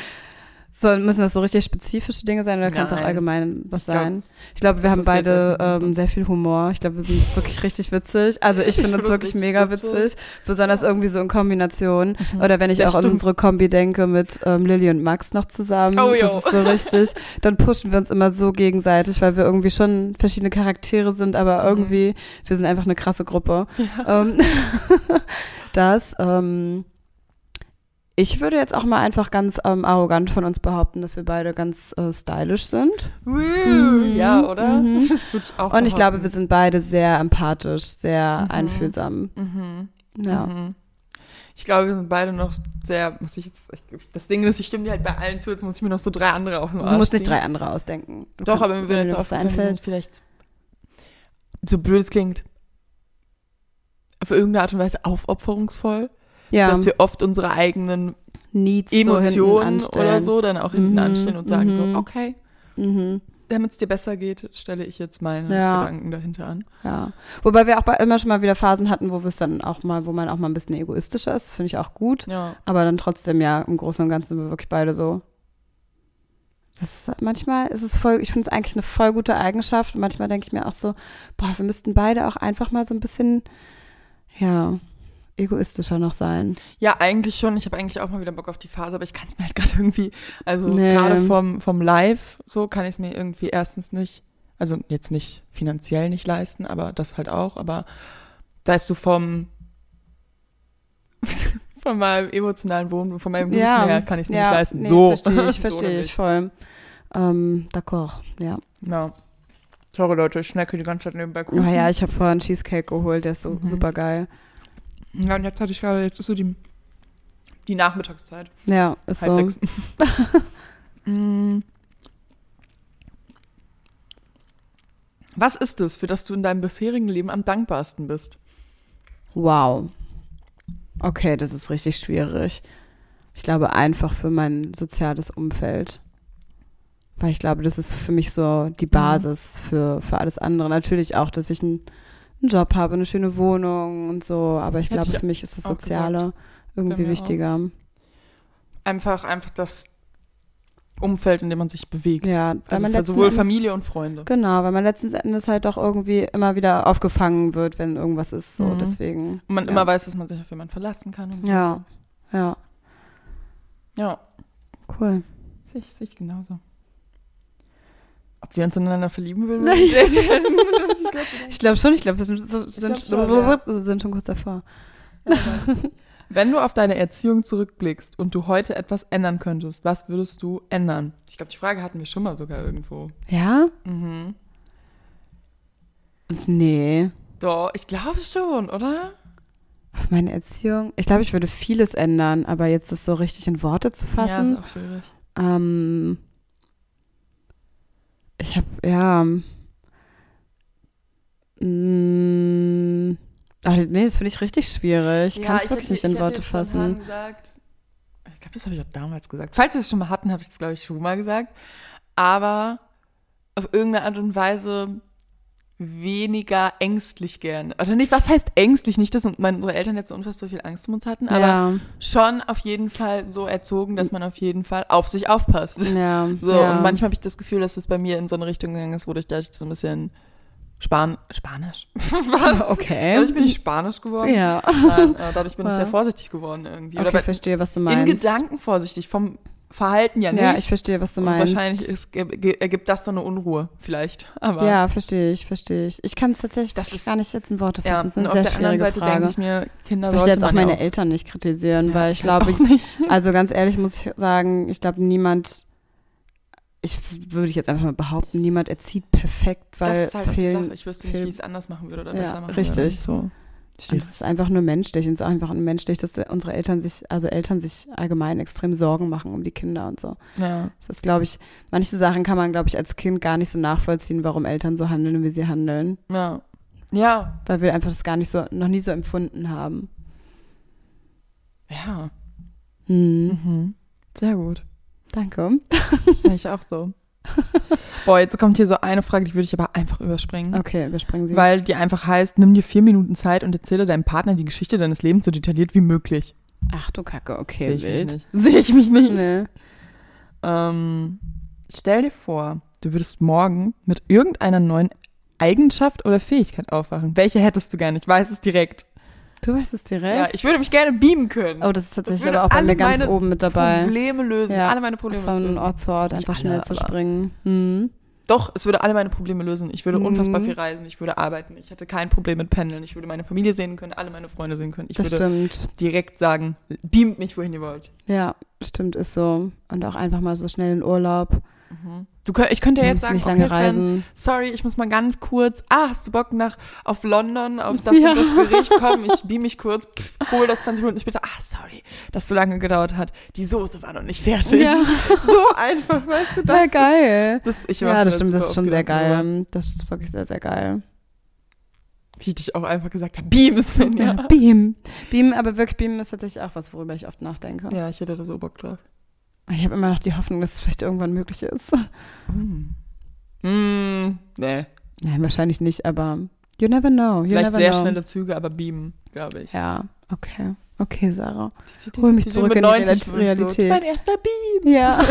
A: So, müssen das so richtig spezifische Dinge sein oder kann es auch
B: Nein.
A: allgemein was
B: Ich glaub,
A: sein? Ich glaube, wir
B: das
A: haben
B: ist jetzt
A: beide
B: erstmal
A: ähm, sehr viel Humor. Ich glaube, wir sind wirklich richtig witzig. Also ich
B: Ich
A: finde
B: find
A: uns
B: uns
A: wirklich
B: richtig
A: mega
B: witzig.
A: witzig. Besonders irgendwie so in Kombination.
B: Mhm.
A: Oder wenn ich
B: Das
A: auch an
B: stimmt.
A: unsere Kombi denke mit ähm, Lilly und Max noch zusammen.
B: Oh,
A: das
B: yo.
A: ist so richtig.
B: <laughs>
A: Dann pushen wir uns immer so gegenseitig, weil wir irgendwie schon verschiedene Charaktere sind, aber
B: Mhm.
A: irgendwie, wir sind einfach eine krasse Gruppe. Ähm, <laughs> das, ähm, ich würde jetzt auch mal einfach ganz ähm, arrogant von uns behaupten, dass wir beide ganz äh, stylisch sind.
B: Woo, Mhm. Ja, oder?
A: Mhm.
B: Würde ich auch
A: Und ich glaube, wir
B: behaupten.
A: sind beide sehr empathisch, sehr
B: Mhm.
A: einfühlsam.
B: Mhm.
A: Ja.
B: Mhm. Ich glaube, wir sind beide noch sehr, muss ich jetzt, das Ding ist, ich stimme dir halt bei allen zu, jetzt muss ich mir noch so drei andere auf den
A: Du
B: Arsch
A: musst nicht
B: ziehen.
A: drei andere ausdenken. Du
B: Doch,
A: kannst,
B: aber mir
A: wenn
B: würde jetzt
A: dir
B: auch
A: was
B: so sind vielleicht, so blöd es klingt, auf irgendeine Art und Weise aufopferungsvoll,
A: Ja,
B: dass wir oft unsere eigenen
A: Needs so hinten
B: Emotionen
A: anstellen.
B: oder so dann auch hinten
A: Mhm,
B: anstellen und sagen
A: mhm.
B: so, okay,
A: Mhm.
B: damit es dir besser geht, stelle ich jetzt meine
A: Ja.
B: Gedanken dahinter an.
A: Ja. Wobei wir auch bei, immer schon mal wieder Phasen hatten, wo wir es dann auch mal, wo man auch mal ein bisschen egoistischer ist, finde ich auch gut.
B: Ja.
A: Aber dann trotzdem, ja, im Großen und Ganzen sind wir wirklich beide so. Das ist, halt manchmal ist es voll, ich finde es eigentlich eine voll gute Eigenschaft. Und manchmal denke ich mir auch so, boah, wir müssten beide auch einfach mal so ein bisschen, ja, egoistischer noch sein.
B: Ja, eigentlich schon. Ich habe eigentlich auch mal wieder Bock auf die Phase, aber ich kann es mir halt <laughs> gerade irgendwie, also
A: Nee.
B: gerade vom, vom Live so kann ich es mir irgendwie erstens nicht, also jetzt nicht finanziell nicht leisten, aber das halt auch, aber da ist so vom <laughs> von meinem emotionalen Wohnen, von meinem Wissen her kann ich es mir nicht leisten.
A: nee,
B: so.
A: Verstehe ich,
B: <laughs> So
A: verstehe ich
B: nämlich.
A: voll. Ähm, D'accord, ja.
B: Ja. Sorry Leute, ich schnecke die ganze Zeit nebenbei
A: Oh
B: Kuchen.
A: ja, ich habe vorher einen Cheesecake geholt, der ist so
B: Mhm.
A: super geil.
B: ja, und jetzt hatte ich gerade, jetzt ist so die, die Nachmittagszeit.
A: Ja, ist
B: Halb
A: so.
B: Halt
A: <laughs>
B: sechs. Mm. Was ist es, für das du in deinem bisherigen Leben am dankbarsten bist?
A: Wow. Okay, das ist richtig schwierig. Ich glaube einfach für mein soziales Umfeld. Weil ich glaube, das ist für mich so
B: Mhm.
A: die Basis für, für alles andere. Natürlich auch, dass ich einen, einen Job habe, eine schöne Wohnung und so. Aber ich
B: Hätte
A: glaube,
B: ich
A: für mich ist das
B: auch
A: Soziale irgendwie
B: mir auch. Also
A: wichtiger.
B: Einfach, einfach das Umfeld, in dem man sich bewegt.
A: Ja, weil
B: also
A: man
B: für
A: letzten
B: sowohl
A: Endes-
B: Familie und Freunde.
A: Genau, weil man letzten Endes halt auch irgendwie immer wieder aufgefangen wird, wenn irgendwas ist. So,
B: Mhm.
A: deswegen.
B: Und man
A: ja.
B: immer weiß, dass man sich auf jemanden verlassen kann. Und so.
A: Ja, ja,
B: Ja, <laughs>
A: cool.
B: sehe ich, sehe ich genauso. Ob wir uns ineinander verlieben würden?
A: <laughs> Ich glaube schon, ich glaube, wir sind, so- sind,
B: glaub schon, ja.
A: wir sind schon kurz davor.
B: <laughs> Wenn du auf deine Erziehung zurückblickst und du heute etwas ändern könntest, was würdest du ändern? Ich glaube, die Frage hatten wir schon mal sogar irgendwo.
A: Ja?
B: Mhm.
A: Nee.
B: Doch, ich glaube schon, oder?
A: Auf meine Erziehung. Ich glaube, ich würde vieles ändern, aber jetzt das so richtig in Worte zu fassen.
B: Ja, ist auch schwierig.
A: Ähm, ich habe, ja. Mm, ach, nee, das finde ich richtig schwierig. Ich kann es wirklich nicht in Worte fassen.
B: Gesagt, ich glaube, das habe ich auch damals gesagt. Falls wir es schon mal hatten, habe ich es, glaube ich, schon mal gesagt. Aber auf irgendeine Art und Weise weniger ängstlich gern. Oder nicht, was heißt ängstlich? Nicht, dass meine, unsere Eltern jetzt so unfassbar viel Angst um uns hatten, aber
A: ja,
B: schon auf jeden Fall so erzogen, dass man auf jeden Fall auf sich aufpasst.
A: ja.
B: So, <laughs>
A: ja.
B: und manchmal habe ich das Gefühl, dass es bei mir in so eine Richtung gegangen ist, wo ich da so ein bisschen Span Spanisch. <laughs>
A: <laughs>
B: Was?
A: Okay.
B: Dadurch bin ich Spanisch geworden. <laughs>
A: ja.
B: Nein, äh, dadurch bin ich
A: Ja.
B: sehr vorsichtig geworden irgendwie.
A: Okay,
B: Oder
A: verstehe, was du
B: bei, in
A: meinst.
B: Gedanken vorsichtig, vom Verhalten ja nicht.
A: ja, ich verstehe, was du
B: Und
A: meinst.
B: wahrscheinlich ist, ge- ge- ergibt das so eine Unruhe, vielleicht. Aber
A: Ja, verstehe ich, verstehe ich. Ich kann es tatsächlich
B: Das
A: wirklich
B: ist-
A: gar nicht jetzt in Worte
B: Ja,
A: fassen. das ist
B: und
A: eine
B: auf
A: sehr
B: der anderen
A: schwierige
B: Seite
A: Frage.
B: denke ich mir, Kinder
A: ich möchte jetzt
B: sollte
A: auch
B: man
A: meine
B: ja
A: Eltern nicht kritisieren,
B: Ja,
A: weil ich glaube,
B: <laughs> auch nicht.
A: also ganz ehrlich muss ich sagen, ich glaube, niemand, ich würde ich jetzt einfach mal behaupten, niemand erzieht perfekt, weil
B: das ist halt auch die
A: fehlen.
B: Sache. Ich wüsste
A: fehlen-
B: nicht, wie ich es anders machen würde oder
A: Ja,
B: besser machen würde.
A: richtig.
B: So.
A: Und es ist einfach nur menschlich und es ist auch einfach menschlich, dass unsere Eltern sich, also Eltern sich allgemein extrem Sorgen machen um die Kinder und so.
B: Ja.
A: Das ist, glaube ich, manche Sachen kann man, glaube ich, als Kind gar nicht so nachvollziehen, warum Eltern so handeln, wie sie handeln.
B: Ja. Ja.
A: Weil wir einfach das gar nicht so, noch nie so empfunden haben.
B: Ja.
A: Hm,
B: Mhm. Sehr <laughs> gut.
A: danke.
B: Sag ich auch so. Boah, jetzt kommt hier so eine Frage, die würde ich aber einfach überspringen.
A: Okay, wir springen sie.
B: Weil die einfach heißt, nimm dir vier Minuten Zeit und erzähle deinem Partner die Geschichte deines Lebens so detailliert wie möglich.
A: Ach du Kacke, okay,
B: Sehe ich mich nicht. Sehe ich mich nicht.
A: Nee.
B: Ähm, stell dir vor, du würdest morgen mit irgendeiner neuen Eigenschaft oder Fähigkeit aufwachen. Welche hättest du gerne? Ich weiß es direkt.
A: Du weißt es
B: Ja,
A: direkt.
B: ich würde mich gerne beamen können.
A: oh, das ist tatsächlich
B: würde
A: aber auch bei
B: alle
A: mir ganz
B: meine
A: oben mit dabei.
B: Probleme lösen,
A: Ja,
B: alle meine Probleme
A: Von
B: lösen.
A: Ort zu Ort
B: Nicht
A: einfach
B: alle,
A: schnell zu
B: aber-
A: springen. Hm.
B: Doch, es würde alle meine Probleme lösen. Ich würde
A: Mhm.
B: unfassbar viel reisen, ich würde arbeiten, ich hätte kein Problem mit Pendeln, ich würde meine Familie sehen können, alle meine Freunde sehen können. Ich
A: Das
B: würde
A: stimmt.
B: direkt sagen, beamt mich, wohin ihr wollt.
A: Ja, stimmt, ist so. Und auch einfach mal so schnell in Urlaub.
B: Du, kö- ich könnte ja
A: Man muss
B: jetzt sagen,
A: nicht lange
B: okay, Sven, <laughs>
A: reisen.
B: sorry, ich muss mal ganz kurz, ah, hast du Bock nach, auf London, auf das
A: Ja.
B: und das
A: <laughs>
B: Gericht kommen, ich beam mich kurz, pff, hol das 20 Minuten später, ah, sorry, dass so lange gedauert hat, die Soße war noch nicht fertig.
A: Ja,
B: <laughs> So einfach,
A: <laughs>
B: weißt du, das
A: sehr geil.
B: Ist, das, ich mache
A: Ja,
B: mir
A: das stimmt, das ist
B: super
A: schon sehr
B: oft Gedanken drüber.
A: geil. Das ist wirklich sehr, sehr geil.
B: Wie ich dich auch einfach gesagt habe, beam Sven, <laughs> ja.
A: <laughs> Ja, Beam. Beam, aber wirklich Beam ist tatsächlich auch was, worüber ich oft nachdenke.
B: Ja, ich hätte da so Bock drauf.
A: Ich habe immer noch die Hoffnung, dass es vielleicht irgendwann möglich ist.
B: Mm. Mm, nee,
A: Nein, wahrscheinlich nicht, aber you never know. You
B: vielleicht
A: never
B: sehr
A: know.
B: schnelle Züge, aber beamen, glaube ich.
A: Ja, okay. Okay, Sarah. Hol mich zurück in die Real- Realität.
B: mein erster Beam.
A: Ja.
B: <laughs>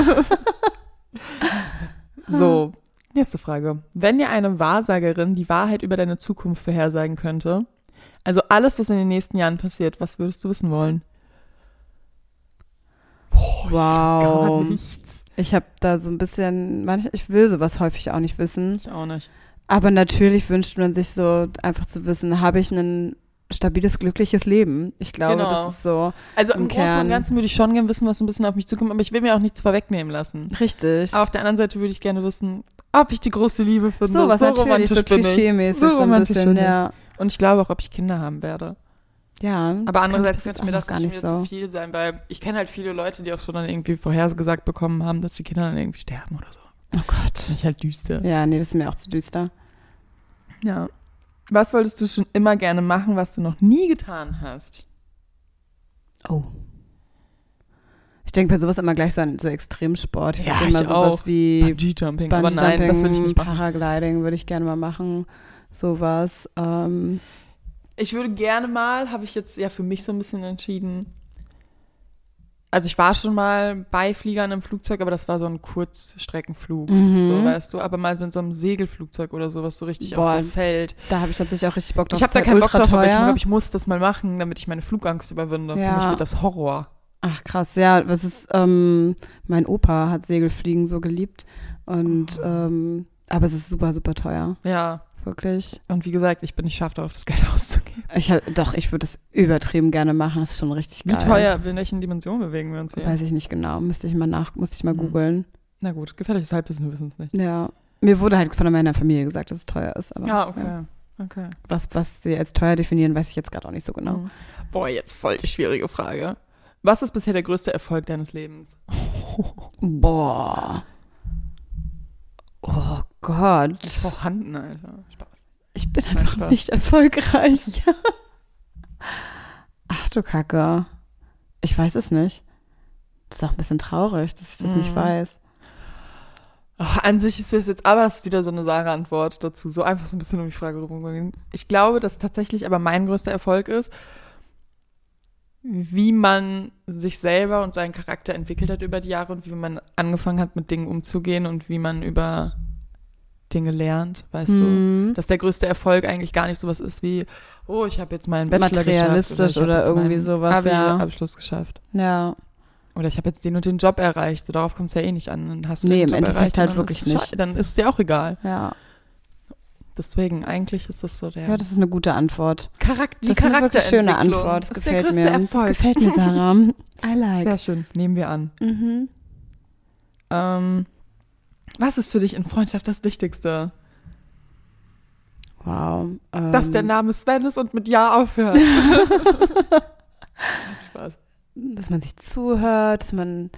A: Hm.
B: So, nächste Frage. Wenn dir eine Wahrsagerin die Wahrheit über deine Zukunft vorhersagen könnte, also alles, was in den nächsten Jahren passiert, was würdest du wissen wollen? Oh,
A: Wow.
B: nichts.
A: Ich habe da so ein bisschen, manch, ich will sowas häufig auch nicht wissen.
B: Ich auch nicht.
A: Aber natürlich wünscht man sich so einfach zu wissen, habe ich ein stabiles, glückliches Leben? Ich glaube,
B: Genau.
A: das ist so
B: Also
A: Im
B: im, Großen
A: Kern.
B: und Ganzen würde ich schon gerne wissen, was so ein bisschen auf mich zukommt, aber ich will mir auch nichts vorwegnehmen lassen.
A: richtig.
B: Aber auf der anderen Seite würde ich gerne wissen, ob ich die große Liebe finde.
A: so was natürlich, so
B: romantisch bin ich.
A: klischee-mäßig
B: So
A: so ein
B: romantisch
A: bisschen,
B: bin ich.
A: ja.
B: Und ich glaube auch, ob ich Kinder haben werde.
A: Ja. das
B: Aber
A: kann
B: andererseits
A: jetzt
B: könnte mir
A: auch
B: das
A: noch gar nicht
B: wieder
A: so.
B: zu viel sein, weil ich kenne halt viele Leute, die auch schon dann irgendwie vorhergesagt bekommen haben, dass die Kinder dann irgendwie sterben oder so.
A: Oh Gott.
B: Finde ich halt düster.
A: Ja, nee, das ist mir auch zu düster.
B: Ja. Was wolltest du schon immer gerne machen, was du noch nie getan hast?
A: Oh. Ich denke bei sowas immer gleich so an so Extremsport. Ich
B: Ja,
A: ja, immer
B: ich
A: sowas
B: auch.
A: wie
B: Bungee-Jumping. Aber nein, das will ich
A: Bungee-Jumping,
B: nicht machen.
A: Paragliding würde ich gerne mal machen. Sowas. Ähm,
B: Ich würde gerne mal, habe ich jetzt ja für mich so ein bisschen entschieden. Also ich war schon mal bei Fliegern im Flugzeug, aber das war so ein Kurzstreckenflug,
A: Mhm.
B: so weißt du. Aber mal mit so einem Segelflugzeug oder so, was so richtig
A: Boah,
B: auf so fällt.
A: da habe ich tatsächlich auch richtig Bock drauf.
B: Ich habe
A: Ist
B: da
A: halt
B: keinen Bock
A: ultra
B: drauf, aber ich
A: teuer.
B: glaube, ich muss das mal machen, damit ich meine Flugangst überwinde. Für
A: Ja.
B: mich wird das Horror.
A: Ach krass, ja. Was ist, ähm, mein Opa hat Segelfliegen so geliebt. Und,
B: Ah.
A: ähm, aber es ist super, super teuer.
B: Ja.
A: Wirklich.
B: Und wie gesagt, ich bin nicht scharf darauf, das Geld <laughs> auszugeben.
A: Ich hab, doch, ich würde es übertrieben gerne machen. Das ist schon richtig
B: Wie
A: geil.
B: teuer, in welchen Dimensionen bewegen wir uns hier?
A: Weiß ich nicht genau. Müsste ich mal nach, müsste ich mal
B: Mhm.
A: googeln.
B: Na gut, gefährliches Halbwissen, wir wissen es nicht.
A: Ja. Mir wurde halt von meiner Familie gesagt, dass es teuer ist, aber
B: Ja, okay.
A: ja.
B: Okay.
A: was, was sie als teuer definieren, weiß ich jetzt gerade auch nicht so genau.
B: Mhm. Boah, jetzt voll die schwierige Frage. Was ist bisher der größte Erfolg deines Lebens?
A: Boah. Oh Gott.
B: Nicht vorhanden, Alter. Spaß.
A: Ich bin
B: Nein,
A: einfach
B: Spaß.
A: nicht erfolgreich. <laughs> Ach du Kacke. Ich weiß es nicht. Das ist auch ein bisschen traurig, dass ich das nicht
B: Mhm.
A: weiß.
B: Ach, Oh, an sich ist das jetzt aber das ist wieder so eine Sarah-Antwort dazu. So einfach so ein bisschen um die Frage rumgehen. Ich glaube, dass tatsächlich aber mein größter Erfolg ist, wie man sich selber und seinen Charakter entwickelt hat über die Jahre und wie man angefangen hat, mit Dingen umzugehen und wie man über Dinge lernt, weißt
A: Mhm.
B: du? Dass der größte Erfolg eigentlich gar nicht sowas ist wie, oh, ich habe jetzt meinen Bachelor
A: Materialistisch
B: geschafft. ich hab
A: oder
B: jetzt
A: irgendwie
B: meinen
A: sowas, ja.
B: Abi-Abschluss geschafft.
A: Ja.
B: Oder ich habe jetzt den und den Job erreicht. So, darauf kommt es ja eh nicht an. Dann hast du
A: Nee,
B: den
A: im
B: Job
A: Endeffekt
B: erreicht, und
A: halt
B: dann
A: wirklich
B: ist es
A: nicht.
B: sche- Dann ist es dir auch egal.
A: Ja.
B: Deswegen, eigentlich ist das so der
A: Ja, das ist eine gute Antwort.
B: Charakter, die
A: das ist eine wirklich schöne
B: Charakterentwicklung
A: Antwort. Das
B: ist der
A: gefällt
B: größte
A: mir. Das
B: Erfolg.
A: gefällt mir,
B: <laughs>
A: Sarah. I like.
B: Sehr schön, nehmen wir an.
A: Mhm.
B: Ähm, was ist für dich in Freundschaft das Wichtigste?
A: Wow. Ähm,
B: Dass der Name Sven ist und mit Ja aufhört. Spaß.
A: dass man sich zuhört, dass man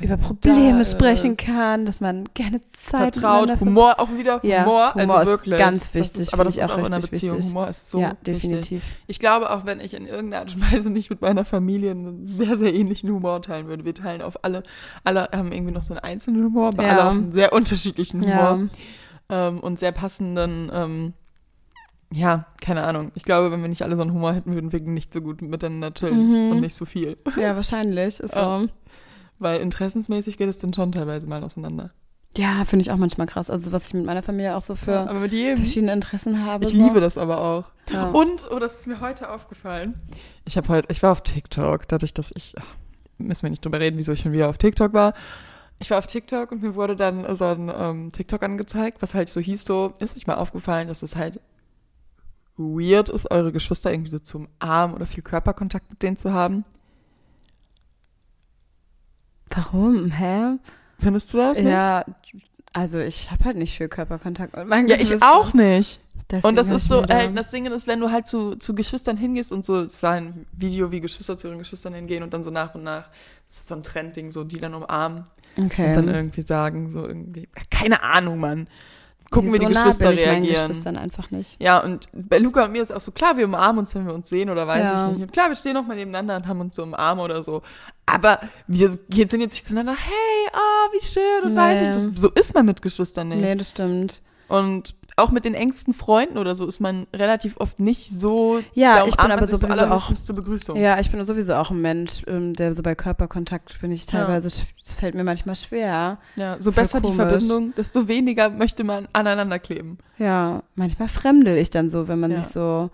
A: über
B: Wer
A: Probleme
B: da
A: sprechen
B: ist.
A: kann, dass man gerne Zeit
B: Vertraut,
A: miteinander ver-
B: Humor, auch wieder
A: Ja,
B: Humor,
A: Humor
B: also
A: ist
B: wirklich.
A: ganz
B: Das
A: wichtig,
B: ist,
A: finde
B: aber das
A: ich
B: ist
A: auch
B: auch in einer
A: richtig
B: Beziehung.
A: wichtig.
B: Humor ist so
A: ja,
B: wichtig.
A: definitiv.
B: Ich glaube, auch wenn ich in irgendeiner Art und Weise nicht mit meiner Familie einen sehr, sehr ähnlichen Humor teilen würde. Wir teilen auf alle, alle haben irgendwie noch so einen einzelnen Humor, aber
A: Ja.
B: alle haben einen sehr unterschiedlichen Humor.
A: Ja.
B: ähm, und sehr passenden, ähm, ja, keine Ahnung. Ich glaube, wenn wir nicht alle so einen Humor hätten, würden wir nicht so gut miteinander chillen
A: Mhm.
B: und nicht so viel.
A: ja, wahrscheinlich. Ist
B: Ja.
A: so.
B: Weil interessensmäßig geht es dann schon teilweise mal auseinander.
A: Ja, finde ich auch manchmal krass. Also was ich mit meiner Familie auch so für
B: aber mit jedem. Ich
A: verschiedene Interessen habe. so.
B: liebe das aber auch.
A: Ja.
B: Und, oh, das ist mir heute aufgefallen. Ich habe heute, ich war auf TikTok, dadurch, dass ich, ach, müssen wir nicht drüber reden, wieso ich schon wieder auf TikTok war. Ich war auf TikTok und mir wurde dann so ein ähm, TikTok angezeigt, was halt so hieß so, ist euch mal aufgefallen, dass es halt weird ist, eure Geschwister irgendwie so zum Arm oder viel Körperkontakt mit denen zu haben.
A: Warum? Hä?
B: Findest du das nicht?
A: Ja, also ich habe halt nicht viel Körperkontakt. mit meinen
B: Ja, ich
A: Geschwistern.
B: auch nicht.
A: Deswegen
B: Und das
A: hab
B: ist
A: ich
B: so,
A: mir da-
B: äh, das Ding ist, wenn du halt zu, zu Geschwistern hingehst und so, es war ein Video, wie Geschwister zu ihren Geschwistern hingehen und dann so nach und nach, das ist so ein Trendding, so die dann umarmen
A: okay.
B: und dann äh, irgendwie sagen, so irgendwie, keine Ahnung, Mann. Gucken, wie
A: so
B: die
A: nah
B: Geschwister
A: bin ich meinen
B: reagieren.
A: Geschwistern einfach nicht.
B: Ja, und bei Luca und mir ist auch so, klar, wir umarmen uns, wenn wir uns sehen oder weiß
A: Ja.
B: ich nicht. Und klar, wir stehen noch mal nebeneinander und haben uns so umarmen oder so. Aber wir sind jetzt nicht zueinander, hey, oh, wie schön und
A: Nee.
B: weiß ich. Das, so ist man mit Geschwistern nicht.
A: Nee, das stimmt.
B: Und auch mit den engsten Freunden oder so ist man relativ oft nicht so.
A: Ja,
B: da um
A: ich
B: umarmt
A: bin
B: man
A: aber
B: sich so
A: sowieso auch-
B: allerhöchstens zur Begrüßung.
A: Ja, ich bin sowieso auch ein Mensch, ähm, der so bei Körperkontakt bin ich
B: Ja.
A: teilweise, sch- es fällt mir manchmal schwer.
B: Ja, so
A: Voll
B: besser die
A: komisch.
B: Verbindung, desto weniger möchte man aneinander kleben.
A: Ja, manchmal fremdel ich dann so, wenn man
B: Ja.
A: sich so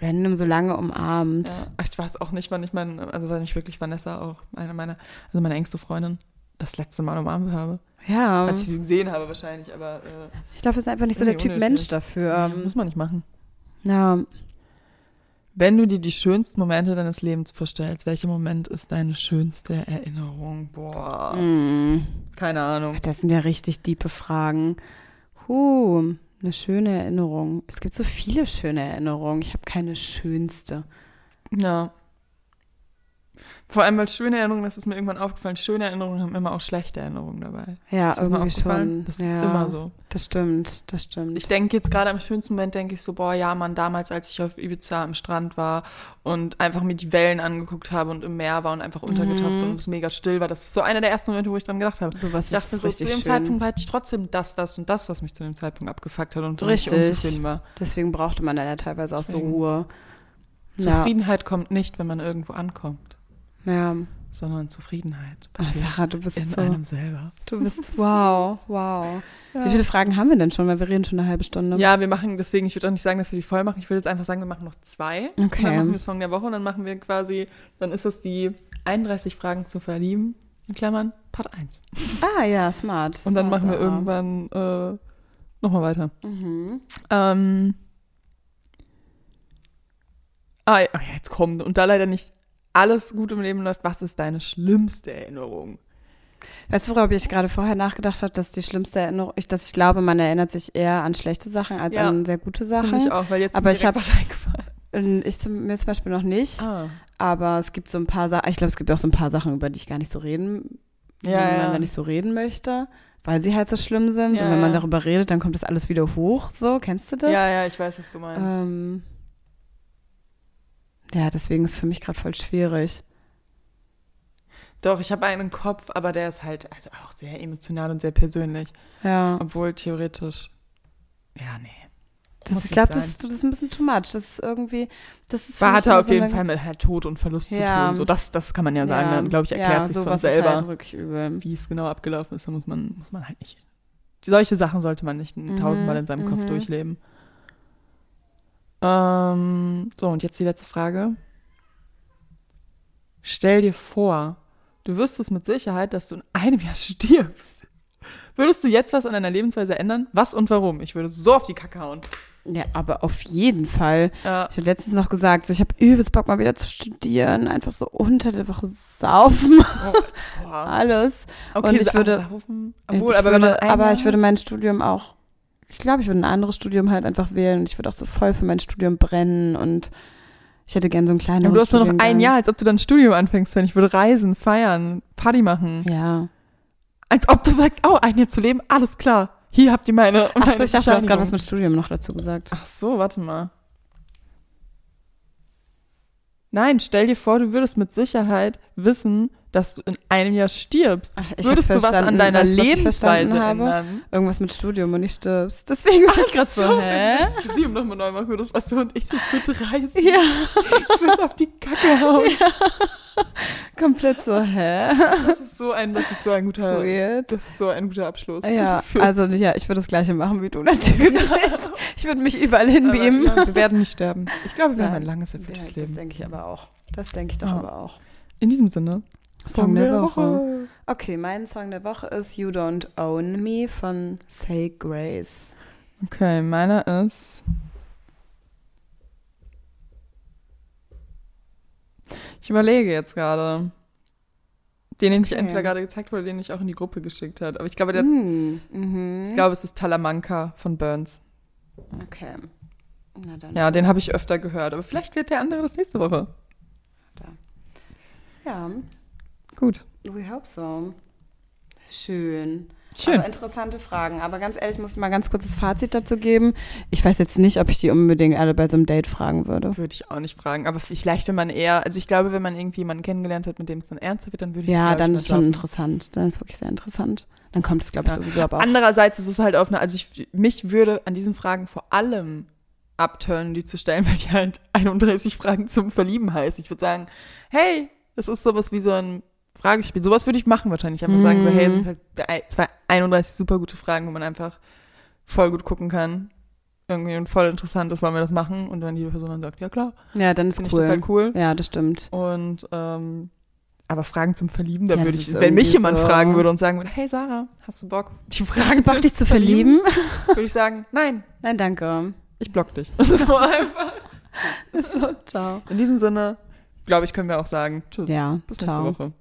A: random so lange umarmt.
B: Ja. Ach, Ich weiß auch nicht, wann ich mein, also wann ich wirklich Vanessa auch, eine meiner, also meine engste Freundin, das letzte Mal umarmt habe.
A: Ja,
B: Als ich sie gesehen habe wahrscheinlich, aber äh,
A: ich glaube, es ist einfach nicht so der
B: Irgendwie
A: Typ
B: unnötig.
A: Mensch dafür. Ähm,
B: muss man nicht machen.
A: Ja,
B: Wenn du dir die schönsten Momente deines Lebens vorstellst, welcher Moment ist deine schönste Erinnerung? Boah,
A: Mm.
B: keine Ahnung.
A: Das sind ja richtig diepe Fragen. Huh, eine schöne Erinnerung. Es gibt so viele schöne Erinnerungen. Ich habe keine schönste.
B: Ja. Vor allem, weil schöne Erinnerungen, das ist mir irgendwann aufgefallen, schöne Erinnerungen haben immer auch schlechte Erinnerungen dabei.
A: Ja,
B: Ist das mal
A: irgendwie
B: aufgefallen?
A: schon.
B: Das
A: ja,
B: ist immer so.
A: Das stimmt, das stimmt.
B: Ich denke jetzt gerade am schönsten Moment, denke ich so, boah, ja, Mann, damals, als ich auf Ibiza am Strand war und einfach mir die Wellen angeguckt habe und im Meer war und einfach untergetaucht
A: Mhm.
B: bin und es mega still war, das ist so einer der ersten Momente, wo ich dran gedacht habe.
A: Sowas
B: Ich dachte mir
A: ist
B: so, zu
A: richtig
B: dem
A: schön.
B: Zeitpunkt hatte ich trotzdem das, das und das, was mich zu dem Zeitpunkt abgefuckt hat und wo ich
A: Richtig.
B: unzufrieden war.
A: Deswegen brauchte man dann ja teilweise auch so
B: Deswegen.
A: Ruhe. Ja,
B: Zufriedenheit kommt nicht, wenn man irgendwo ankommt,
A: ja.
B: sondern Zufriedenheit
A: Oh,
B: passiert
A: Sarah, du bist
B: in
A: so.
B: einem selber.
A: Du bist wow, wow. Wie viele Fragen haben wir denn schon? Weil wir reden schon eine halbe Stunde.
B: Ja, wir machen deswegen, ich würde auch nicht sagen, dass wir die voll machen. Ich würde jetzt einfach sagen, wir machen noch zwei. Und dann
A: Okay.
B: machen wir Song der Woche und dann machen wir quasi, dann ist das die 31 Fragen zu verlieben, in Klammern Part 1.
A: Ah ja, smart.
B: Und dann
A: smart,
B: machen wir
A: Sarah.
B: irgendwann äh, nochmal weiter.
A: Mhm.
B: Ähm, ah, ja, jetzt kommt. Und da leider nicht alles gut im Leben läuft, was ist deine schlimmste Erinnerung?
A: Weißt du, worüber ich gerade vorher nachgedacht habe, dass die schlimmste Erinnerung, ich, dass ich glaube, man erinnert sich eher an schlechte Sachen als
B: Ja.
A: an sehr gute
B: Finde ich
A: Sachen.
B: auch, weil jetzt ist
A: Aber
B: mir
A: ich
B: direkt
A: hab-
B: was eingefallen.
A: Ich, ich zum, mir zum Beispiel noch nicht,
B: Ah.
A: aber es gibt so ein paar Sachen, ich glaube, es gibt auch so ein paar Sachen, über die ich gar nicht so reden,
B: Ja,
A: wenn
B: ja.
A: man da nicht so reden möchte, weil sie halt so schlimm sind.
B: Ja,
A: Und wenn man
B: ja.
A: darüber redet, dann kommt das alles wieder hoch. So, kennst du das?
B: ja, ja, ich weiß, was du meinst.
A: Ähm, ja, deswegen ist für mich gerade voll schwierig.
B: Doch, ich habe einen im Kopf, aber der ist halt also auch sehr emotional und sehr persönlich.
A: Ja,
B: Obwohl theoretisch. Ja, nee.
A: das,
B: muss
A: ich glaube,
B: nicht
A: das,
B: sein.
A: ist- das ist ein bisschen too much. Das ist irgendwie, das ist für
B: War
A: mich
B: hat er
A: immer
B: auf
A: so
B: jeden
A: eine-
B: Fall mit halt Tod und Verlust
A: Ja.
B: zu tun. So, das, das kann man ja sagen.
A: Ja,
B: Dann, glaube ich,
A: ja,
B: erklärt sich
A: sowas
B: von selber.
A: Ist halt wirklich übel.
B: Wie es genau abgelaufen ist, da muss man, muss man halt nicht solche Sachen sollte man nicht
A: Mhm,
B: tausendmal in seinem Kopf
A: mhm.
B: durchleben. Ähm, so, und jetzt die letzte Frage. Stell dir vor, du wüsstest mit Sicherheit, dass du in einem Jahr <laughs> stirbst. Würdest du jetzt was an deiner Lebensweise ändern? Was und warum? Ich würde so auf die Kacke hauen.
A: Ja, aber auf jeden Fall.
B: Ja.
A: Ich habe letztens noch gesagt, so, ich habe übelst Bock, mal wieder zu studieren, einfach so unter der Woche saufen, <laughs>
B: Boah.
A: alles. Ah, Und ich
B: so
A: würde-
B: absaufen.
A: ich
B: Obwohl, aber,
A: würde,
B: wenn man
A: aber
B: einmal-
A: ich würde mein Studium auch, ich glaube, ich würde ein anderes Studium halt einfach wählen und ich würde auch so voll für mein Studium brennen und ich hätte gern so ein
B: Ja,
A: kleineres
B: aber du hast nur noch ein
A: Studiengang.
B: Jahr, als ob du dann Studium anfängst, wenn ich würde reisen, feiern, Party machen.
A: Ja.
B: Als ob du sagst, oh, ein Jahr zu leben, alles klar. Hier habt ihr meine. meine
A: Achso, ich dachte, du hast gerade was
B: Bescheinigung.
A: mit Studium noch dazu gesagt.
B: Ach so, warte mal. Nein, stell dir vor, du würdest mit Sicherheit wissen, dass du in einem Jahr stirbst.
A: Ach, ich hab
B: würdest du was an
A: verstanden,
B: deiner
A: weißt du, was ich
B: Lebensweise
A: verstanden habe?
B: ändern?
A: Irgendwas mit Studium und nicht stirbst. Deswegen war ich gerade so,
B: wenn
A: hä?
B: du das Studium nochmal neu machen würdest. Achso, und ich, so, ich würde reisen.
A: Ja,
B: Ich würde auf die Kacke hauen.
A: komplett so,
B: <laughs>
A: hä?
B: Das ist so ein, das ist so ein guter,
A: Weird.
B: das ist so ein guter Abschluss.
A: Oh Ja,
B: Für-
A: also ja, ich würde das gleiche machen wie du
B: <laughs>
A: natürlich. Ich würde mich überall hinbeamen.
B: Aber, ja, wir werden nicht sterben. Ich glaube, wir
A: Nein.
B: haben ein langes, erfülltes
A: Ja, das
B: Leben. Mhm.
A: denke ich aber auch. Das denke ich doch
B: Ja.
A: aber auch.
B: In diesem Sinne.
A: Song der Woche. Okay, mein Song der Woche ist You Don't Own Me von Say Grace.
B: Okay, meiner ist. Ich überlege jetzt gerade. Den, den ich
A: Okay.
B: entweder gerade gezeigt habe oder den ich auch in die Gruppe geschickt habe. Aber ich glaube, der,
A: Hm, mhm.
B: ich glaube, es ist Talamanca von Burns.
A: Okay. Na dann.
B: Ja, den habe ich öfter gehört. Aber vielleicht wird der andere das nächste Woche.
A: ja,
B: Gut.
A: we hope so. Schön.
B: Schön.
A: Aber interessante Fragen. Aber ganz ehrlich, ich muss mal ganz kurzes Fazit dazu geben. Ich weiß jetzt nicht, ob ich die unbedingt alle bei so einem Date fragen würde.
B: Würde ich auch nicht fragen. Aber vielleicht, wenn man eher, also ich glaube, wenn man irgendwie jemanden kennengelernt hat, mit dem es dann ernster wird, dann würde ich die,
A: Ja,
B: glaube
A: dann
B: ich,
A: ist
B: mal
A: schon interessant. Dann ist wirklich sehr interessant. Dann kommt es, glaube ich,
B: Ja.
A: sowieso aber auch.
B: Andererseits ist es halt auf eine, also ich, mich würde an diesen Fragen vor allem abturnen, die zu stellen, <laughs> weil die halt 31 Fragen zum Verlieben heißt. Ich würde sagen, hey, es ist sowas wie so ein Fragespiel. Sowas würde ich machen wahrscheinlich. Einfach sagen so, hey,
A: Mhm.
B: es sind halt drei- zwei, 31 super gute Fragen, wo man einfach voll gut gucken kann. Irgendwie und voll interessant ist, wollen wir das machen? Und wenn die Person dann sagt, ja klar,
A: Ja, dann ist
B: finde
A: cool.
B: ich das halt cool.
A: Ja, das stimmt.
B: Und ähm, aber Fragen zum Verlieben, da
A: Ja,
B: würde
A: das
B: ich,
A: ist
B: wenn mich
A: irgendwie
B: jemand
A: so-
B: fragen würde und sagen würde, hey Sarah, hast du Bock, die Fragen
A: Hast du Bock,
B: des
A: dich zu
B: Verliebens?"
A: verlieben?
B: Würde ich sagen, nein,
A: Nein,
B: <laughs>
A: danke.
B: ich
A: <laughs>
B: block dich. So einfach.
A: So, ciao.
B: In diesem Sinne, glaube ich, können wir auch sagen, tschüss,
A: Ja,
B: bis
A: ciao.
B: nächste Woche.